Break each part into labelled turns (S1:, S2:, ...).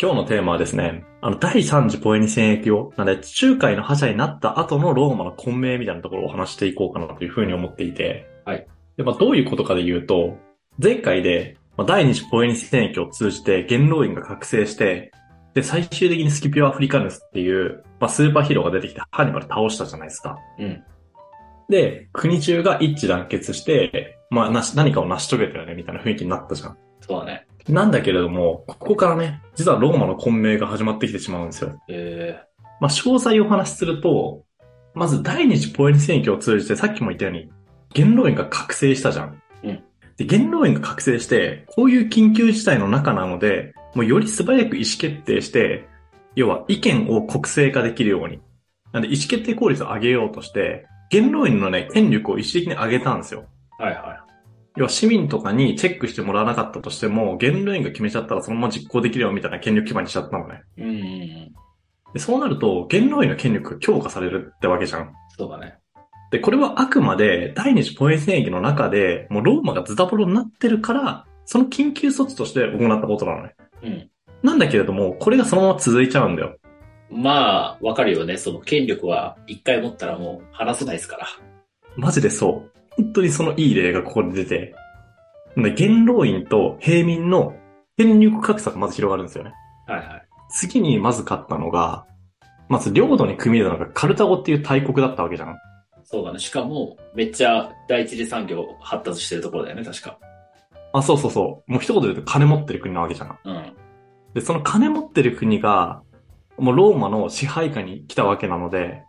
S1: 今日のテーマはですね、あの、第3次ポエニ戦役を、なんで、地中海の覇者になった後のローマの混迷みたいなところをお話していこうかなというふうに思っていて、
S2: はい。
S1: で、まあ、どういうことかで言うと、前回で、まあ、第2次ポエニ戦役を通じて元老院が覚醒して、で、最終的にスキピオ・アフリカヌスっていう、まあ、スーパーヒーローが出てきてハンニバル倒したじゃないですか。
S2: うん。
S1: で、国中が一致団結して、まあ、なし、何かを成し遂げたよね、みたいな雰囲気になったじゃん。
S2: そうだね。
S1: なんだけれども、ここからね、実はローマの混迷が始まってきてしまうんですよ。
S2: え
S1: まあ、詳細をお話しすると、まず第二次ポエニ戦役を通じて、さっきも言ったように、元老院が覚醒したじゃん。
S2: うん
S1: で、元老院が覚醒して、こういう緊急事態の中なので、もうより素早く意思決定して、要は意見を国政化できるように。なんで意思決定効率を上げようとして、元老院のね、権力を一時的に上げたんですよ。
S2: ー、はいは
S1: 要は市民とかにチェックしてもらわなかったとしても、元老院が決めちゃったらそのまま実行できるよみたいな権力基盤にしちゃったのね。
S2: い。うんうんうん。
S1: で、そうなると、元老院の権力が強化されるってわけじゃん。
S2: そうだね。
S1: で、これはあくまで第二次ポエ戦役の中で、もうローマがズタボロになってるから、その緊急措置として行ったことなのね。
S2: うん。
S1: なんだけれども、これがそのまま続いちゃうんだよ。
S2: まあ、わかるよね。その権力は一回持ったらもう離せないですから。
S1: マジでそう。本当にそのいい例がここで出て。で、元老院と平民の権力格差がまず広がるんですよね。
S2: はいはい。
S1: 次にまず勝ったのが、まず領土に組み入れたのがカルタゴっていう大国だったわけじゃん。
S2: そうだね。しかも、めっちゃ第一次産業発達してるところだよね、確か。
S1: あ、そうそうそう。もう一言で言うと金持ってる国なわけじゃん。
S2: うん。
S1: で、その金持ってる国が、もうローマの支配下に来たわけなので、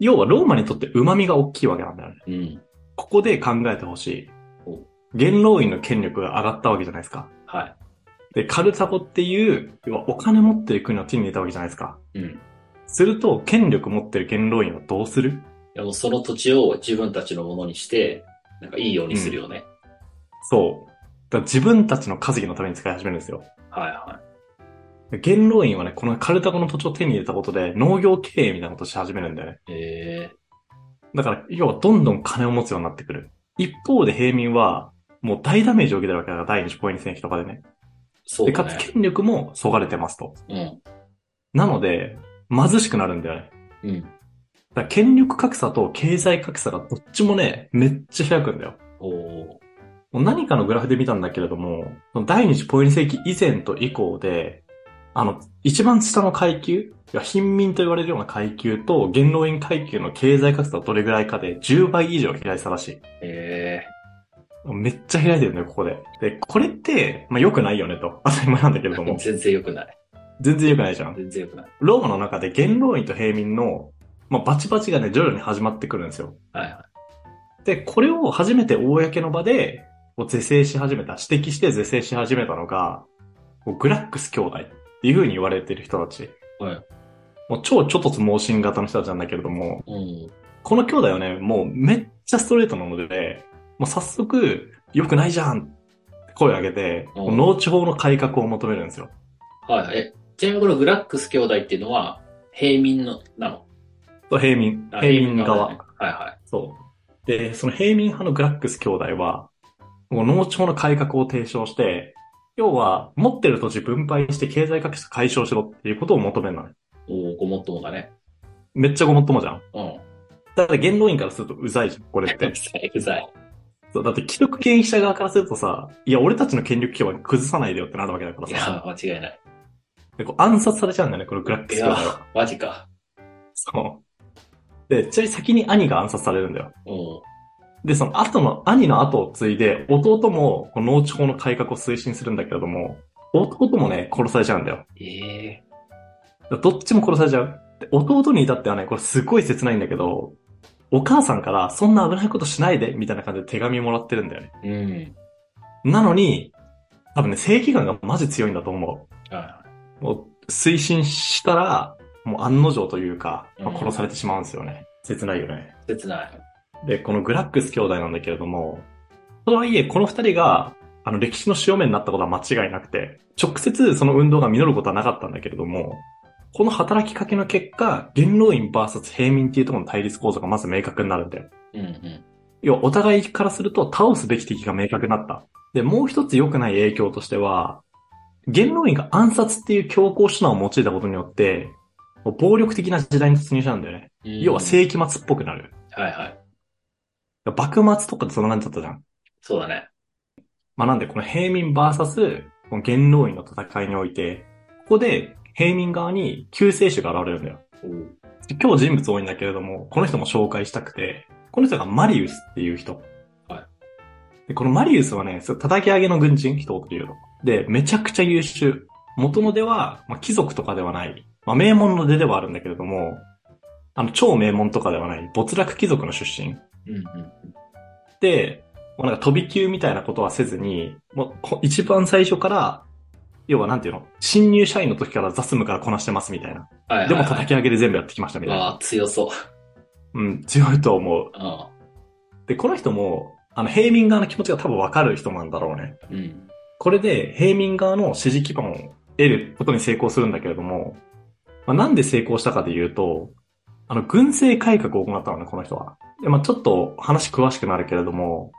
S1: 要はローマにとって旨味が大きいわけなんだよね。
S2: うん。
S1: ここで考えてほしい
S2: お。
S1: 元老院の権力が上がったわけじゃないですか。
S2: は
S1: で、カルタゴっていう、要はお金持ってる国の手に入れたわけじゃないですか。
S2: い。うん。い
S1: すると、権力持ってる元老院はどうする
S2: やもうその土地を自分たちのものにして、なんかいいようにするよね。
S1: そう。だから自分たちの稼ぎのために使い始めるんですよ。
S2: はいは
S1: 元老院はね、このカルタゴの土地を手に入れたことで農業経営みたいなことをし始めるんだよね。
S2: い。え
S1: だから、要はどんどん金を持つようになってくる。一方で平民は、もう大ダメージを受けてるわけだから、第二次ポエニ戦役とかでね。
S2: ー、そう
S1: で、か
S2: だ
S1: つ
S2: ね。
S1: 権力も削がれてますと。
S2: うん。
S1: なので、貧しくなるんだよね。
S2: うん。
S1: だから権力格差と経済格差がどっちもね、めっちゃ開くんだよ。
S2: おお。
S1: もう何かのグラフで見たんだけれども、その第二次ポエニ世紀以前と以降で、あの、一番下の階級、いや貧民と言われるような階級と元老院階級の経済格差はどれぐらいかで10倍以上開いてたらしい。
S2: え
S1: もうめっちゃ開いてるんだよ、ここで。で、これって、まあ良くないよねと。当たり前なんだけれど
S2: ー、
S1: も。
S2: 全然良くない。
S1: 全然良くないじゃん。
S2: 全然良くない。
S1: ローマの中で元老院と平民の、まあバチバチがね、徐々に始まってくるんですよ。
S2: はいは
S1: で、これを初めて公の場で、こう是正し始めた、指摘して是正し始めたのが、こうグラックス兄弟っていう風に言われてる人たち。
S2: い。はい。
S1: もう超ちょっと盲信型の人たちなんだけれども、
S2: うん。
S1: この兄弟はね、もうめっちゃストレートなので、もう早速、良くないじゃんって声を上げて、
S2: うん
S1: もう農地法の改革を求めるんですよ。
S2: はいはい。え、ちなみにこのグラックス兄弟っていうのは、平民の、なの
S1: と平民、
S2: あ
S1: 平民
S2: 側
S1: 側
S2: だね。はいは
S1: そう。で、その平民派のグラックス兄弟は、もう農庁の改革を提唱して、要は、持ってる土地分配して経済格差解消しろっていうことを求めるのね。
S2: い。おお、ごもっともがね。
S1: めっちゃごもっともじゃん。
S2: うん。
S1: だから元老院からするとうざいじゃん、これっ
S2: う
S1: て
S2: ざ。い、うざい。
S1: そうだって既得権益者側からするとさ、いや、俺たちの権力基盤崩さないでよってなるわけだから
S2: い
S1: さ。
S2: や、間違いない。
S1: でこう暗殺されちゃうんだよね、このグラック
S2: い
S1: ス兄弟
S2: や
S1: は。、
S2: マジか。
S1: そう。で、ちなみに先に兄が暗殺されるんだよ。
S2: うん。
S1: で、その後の、兄の後を継いで、弟も、この農地法の改革を推進するんだけれども、弟もね、殺されちゃうんだよ。
S2: ええ
S1: どっちも殺されちゃう。で弟に至ってはね、これすごい切ないんだけど、お母さんから、そんな危ないことしないで、みたいな感じで手紙もらってるんだよね。
S2: うん。
S1: なのに、多分ね、正義感がマジ強いんだと思
S2: は
S1: う。もう、推進したら、もう案の定というか、ま
S2: う
S1: あ
S2: ん
S1: 殺されてしまうんですよね。切ないよね。
S2: い。切ない。
S1: で、このグラックス兄弟なんだけれども、とはいえ、この二人が、あの、歴史の潮目になったことは間違いなくて、直接その運動が実ることはなかったんだけれども、この働きかけの結果、元老院 VS 平民っていうところの対立構造がまず明確になるんだよ。
S2: うんうん。
S1: 要は、お互いからすると倒すべき敵が明確になった。で、もう一つ良くない影響としては、元老院が暗殺っていう強硬手段を用いたことによって、もう暴力的な時代に突入したんだよね。要は
S2: 正
S1: 世紀末っぽくなる。
S2: はいはい。
S1: 幕末とかでそんな感じだったじゃん。
S2: そうだね。
S1: まあなんで、この平民 VS、この元老院の戦いにおいて、ここで平民側に救世主が現れるんだよ。
S2: うん
S1: 今日人物多いんだけれども、この人も紹介したくて、この人がマリウスっていう人。
S2: は
S1: で、このマリウスはね、そう叩き上げの軍人、人を言うの。で、めちゃくちゃ優秀。元の出は、まあ、貴族とかではない。まあ、名門の出ではあるんだけれども、あの、超名門とかではない、没落貴族の出身。
S2: うんうん。
S1: で、もうなんか飛び級みたいなことはせずに、もうこ一番最初から、要はなんていうの新入社員の時から雑務からこなしてますみたいな。
S2: はいはいはい。
S1: でも叩き上げで全部やってきましたみたいな。
S2: ああ、強そう。
S1: うん、強いと思う。
S2: う
S1: で、この人も、あの、平民側の気持ちが多分わかる人なんだろうね。
S2: ん。うん。
S1: これで、平民側の支持基盤を得ることに成功するんだけれども、まあ、なんで成功したかで言うと、あの、軍政改革を行ったのね、この人は。で、まあ、ちょっと話詳しくなるけれども、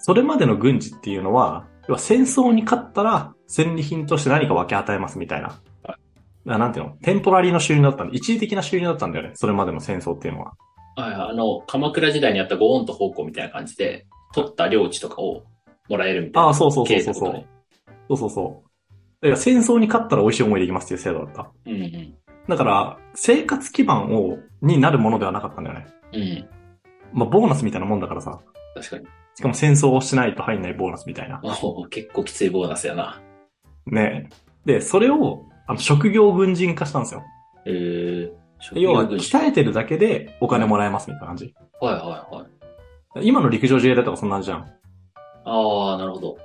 S1: それまでの軍事っていうのは、要は戦争に勝ったら戦利品として何か分け与えますみたいな。
S2: は
S1: ななんていうのテンポラリーの収入だったんで、一時的な収入だったんだよね、それまでの戦争っていうのは。
S2: はいはい。あの、鎌倉時代にあったご恩と奉公みたいな感じで、取った領地とかをもらえるみたいな。
S1: ああ、そうそうそう
S2: 経
S1: そ
S2: 営
S1: う
S2: と
S1: そ
S2: か
S1: う
S2: ね。
S1: そうそうそう。だから戦争に勝ったら美味しい思いできますっていう制度だった。
S2: うんうん。
S1: だから、生活基盤を、になるものではなかったんだよね。
S2: うん。
S1: まあ、ボーナスみたいなもんだからさ。
S2: 確かに。
S1: しかも戦争をしないと入んないボーナスみたいな。
S2: あー結構きついボーナスやな。
S1: ね。で、それを、あの、職業軍人化したんですよ。
S2: えー、
S1: で要は、
S2: 職業軍人
S1: 鍛えてるだけでお金もらえますみたいな感じ。
S2: はいはいはい。
S1: 今の陸上自衛隊とかそんなんじゃん。だ
S2: ああ、なるほど。
S1: か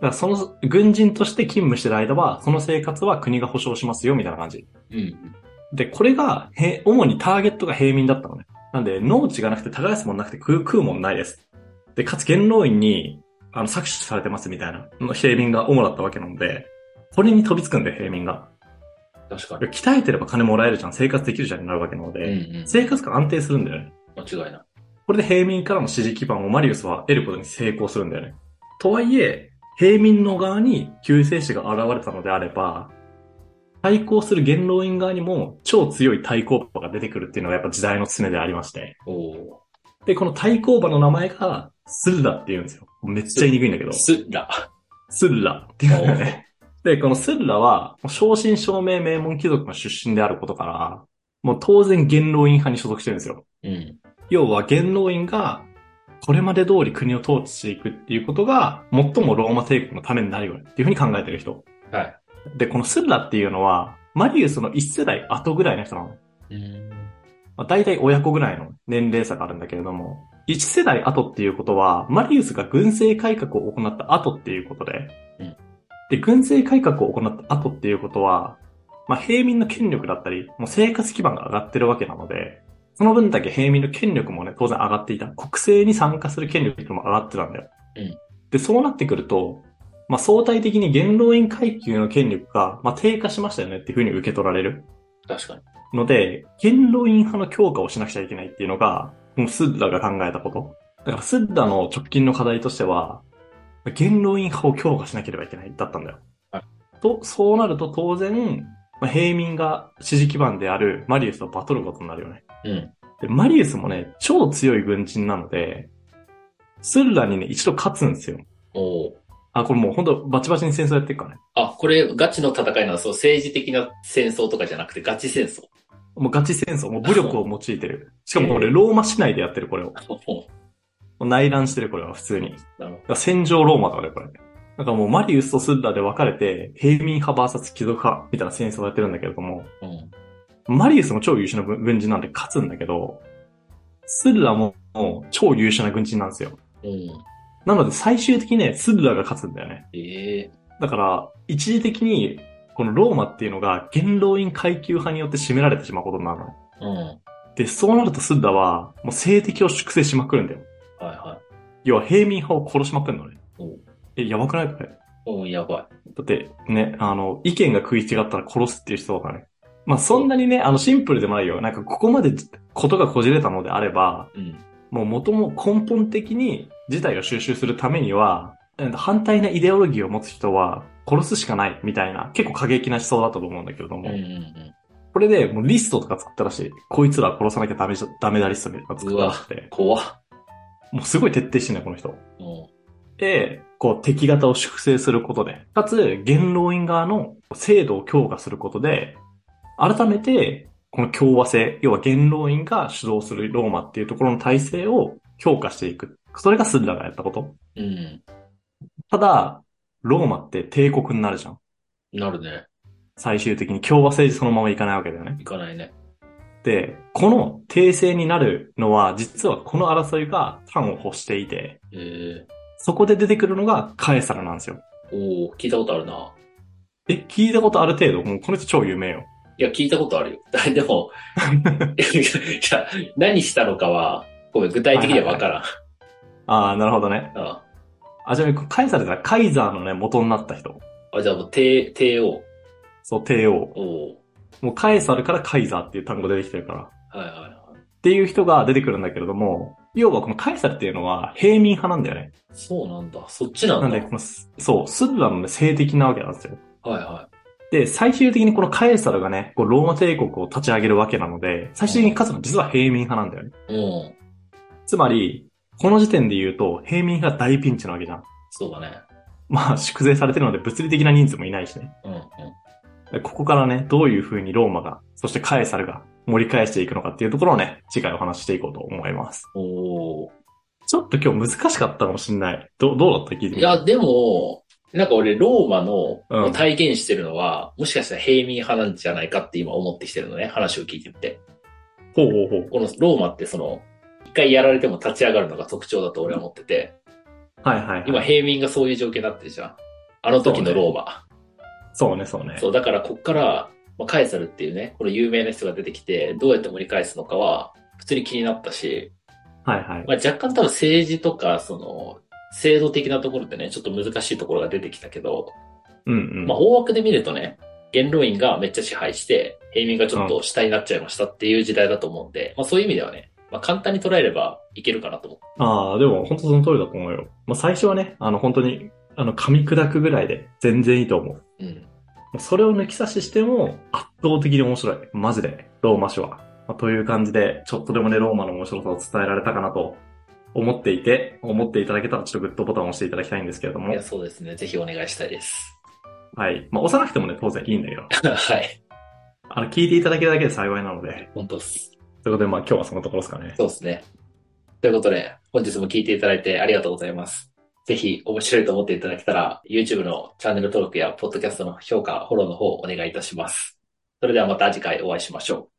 S1: ら、その、軍人として勤務してる間は、その生活は国が保障しますよ、みたいな感じ。
S2: うんうん。
S1: で、これが、へ、主にターゲットが平民だったのね。なんで、農地がなくて耕すもんなくて食う、食うもんないです。で、かつ元老院に、あの、搾取されてますみたいな、の平民が主だったわけなので、これに飛びつくんだよ、平民が。
S2: 確かに。
S1: 鍛えてれば金もらえるじゃん、生活できるじゃんになるわけなので、
S2: うんうん。
S1: 生活が安定するんだよね。
S2: 間違いない。
S1: これで平民からの支持基盤をマリウスは得ることに成功するんだよね。とはいえ、平民の側に救世主が現れたのであれば、対抗する元老院側にも超強い対抗馬が出てくるっていうのがやっぱ時代の常でありまして。
S2: おお
S1: で、この対抗馬の名前がスルラって言うんですよ。めっちゃ言いにくいんだけど
S2: ー。。すっら。
S1: スルラって言うんだよね。で、このスルラは、正真正銘名門貴族の出身であることから、もう当然元老院派に所属してるんですよ。
S2: うん。
S1: 要は元老院がこれまで通り国を統治していくっていうことが最もローマ帝国のためになるよねっていうふうに考えてる人。
S2: はい。
S1: で、このスルラっていうのは、マリウスの1世代後ぐらいの人なの。
S2: うん。
S1: まあ、大体親子ぐらいの年齢差があるんだけれども、1世代後っていうことは、マリウスが軍政改革を行った後っていうことで、
S2: うん
S1: で、軍政改革を行った後っていうことは、まあ、平民の権力だったり、もう生活基盤が上がってるわけなので、その分だけ平民の権力もね、当然上がっていた。国政に参加する権力も上がってたんだよ。
S2: うん
S1: で、そうなってくると、まあ、相対的に元老院階級の権力が、まあ、低下しましたよねっていうふうに受け取られる。
S2: 確かに。
S1: ので、元老院派の強化をしなくちゃいけないっていうのが、もうスッダが考えたこと。だからスッダの直近の課題としては、元老院派を強化しなければいけない、だったんだよ。
S2: はい
S1: と、そうなると当然、まあ平民が支持基盤であるマリウスとバトルことになるよね。
S2: うん。
S1: で、マリウスもね、超強い軍人なので、スッダにね、一度勝つんですよ。
S2: おお。
S1: あ、これもうほんとバチバチに戦争やってるからね。
S2: あ、これ、ガチの戦いなのそう、政治的な戦争とかじゃなくて、ガチ戦争。
S1: もうガチ戦争、もう武力を用いてる。しかもこれローマ市内でやってる、これを。
S2: お
S1: もう内乱してる、これは普通に。
S2: なるほ
S1: だから戦場ローマだからこれ。なんかもうマリウスとスッラで分かれて、平民派 VS 貴族派みたいな戦争をやってるんだけれども、
S2: ど。うん。
S1: マリウスも超優秀な軍軍人なんで勝つんだけど、スッラももう超優秀な軍人なんですよ。
S2: うん。
S1: なので最終的にね、スッラが勝つんだよね。
S2: ええ
S1: だから、一時的に、このローマっていうのが元老院階級派によって占められてしまうことになるの。
S2: うん。は
S1: で、そうなるとスッラは、もう性的を粛清しまくるんだよ。
S2: いはい。
S1: 要は平民派を殺しまくるのね
S2: うん。
S1: え、やばくないこれ。
S2: うん、やば
S1: だってね、あの、意見が食い違ったら殺すっていう人がね。まあそんなにね、あのシンプルでもないよ。なんかここまでことがこじれたのであれば、
S2: い。うん。
S1: もう元も根本的に事態を収集するためには、えっと反対なイデオロギーを持つ人は、殺すしかないみたいな、結構過激な思想だったと思うんだけれど
S2: うんう
S1: も、
S2: んうん。
S1: これでもうリストとか作ったらしい。こいつらは殺さなきゃダメじゃ、ダメだリストみたいなの作ったらしくて、
S2: 怖っ。
S1: もうすごい徹底してんだよ、この人。
S2: うん
S1: で、こう敵型を粛清することで、かつ元老院側の制度を強化することで、改めてこの共和制、要は元老院が主導するローマっていうところの体制を強化していく。それがスッラがやったこと。
S2: うん。
S1: ただ、ローマって帝国になるじゃん。
S2: なるね。
S1: 最終的に共和制でそのままいかないわけだよね。
S2: いかないね。
S1: で、この帝政になるのは、実はこの争いが端を欲していて、
S2: え
S1: そこで出てくるのがカエサルなんですよ。
S2: ー、おお聞いたことあるな。
S1: え、聞いたことある程度もうこの人超有名よ。
S2: いや、聞いたことあるよ。 でも、いや、何したのかは、ごめん、具体的にはわからん。
S1: ああ、なるほどね。あ、ちなみに、カエサルってカイザーのね、元になった人。
S2: うんあ、じゃあもう、帝、帝王。
S1: そう、帝王。
S2: おお
S1: もうカエサルからカイザーっていう単語出てきてるから。っ
S2: はいはいはい。
S1: ていう人が出てくるんだけれども、要はこのカエサルっていうのは平民派なんだよね。
S2: そうなんだ。そっちなん
S1: な
S2: だ。
S1: んで、このす、そう、スルラのね、性的なわけなんですよ。
S2: はいは
S1: で、最終的にこのカエサルがね、こうローマ帝国を立ち上げるわけなので、最終的に勝つのは実は平民派なんだよね。
S2: い。うん。
S1: つまり、この時点で言うと、平民派大ピンチなわけじゃん。
S2: そうだね。
S1: まあ、粛清されてるので物理的な人数もいないしね。
S2: うんうん。
S1: ここからね、どういう風にローマが、そしてカエサルが盛り返していくのかっていうところをね、次回お話ししていこうと思います。
S2: おお
S1: ちょっと今日難しかったかもしんない。ど、どうだった聞いてみ
S2: い
S1: て
S2: や、でも、なんか俺、ローマの、
S1: うん
S2: 体験してるのは、もしかしたら平民派なんじゃないかって今思ってきてるのね、話を聞いてみて。
S1: ほうほうほう。
S2: このローマってその、一回やられても立ち上がるのが特徴だと俺は思ってて、
S1: はいはい、はい。
S2: 今平民がそういう状況になってるじゃん。あの時のローマ。
S1: そうね、そうね。
S2: そう、だからこっから、まあ、カエサルっていうね、この有名な人が出てきて、どうやって盛り返すのかは、普通に気になったし、
S1: はいはい。
S2: まあ、若干多分政治とか、その、制度的なところってね、ちょっと難しいところが出てきたけど、
S1: うんうん。
S2: まあ、大枠で見るとね、元老院がめっちゃ支配して、平民がちょっと下になっちゃいましたっていう時代だと思うんで、まあ、そういう意味ではね、まあ、簡単に捉えればいけるかなと思う。
S1: ああ、でも本当その通りだと思うよ。まあ最初はね、あの本当に、あの噛み砕くぐらいで全然いいと思う。も
S2: うん。
S1: うそれを抜き差ししても圧倒的に面白い。マジで、ローマ史は。まあ、という感じで、ちょっとでもね、ローマの面白さを伝えられたかなと思っていて、思っていただけたらちょっとグッドボタンを押していただきたいんですけれど
S2: い
S1: も
S2: や、。そうですね。ぜひお願いしたいです。
S1: はい。まあ押さなくてもね、当然いいんだけど。
S2: はい。
S1: あの、聞いていただけるだけで幸いなので。
S2: 本当っす。
S1: ということで、まあ今日はそのところですかね。
S2: そうですね。ということで、本日も聞いていただいてありがとうございます。ぜひ面白いと思っていただけたら、YouTube のチャンネル登録や、ポッドキャストの評価、フォローの方お願いいたします。それではまた次回お会いしましょう。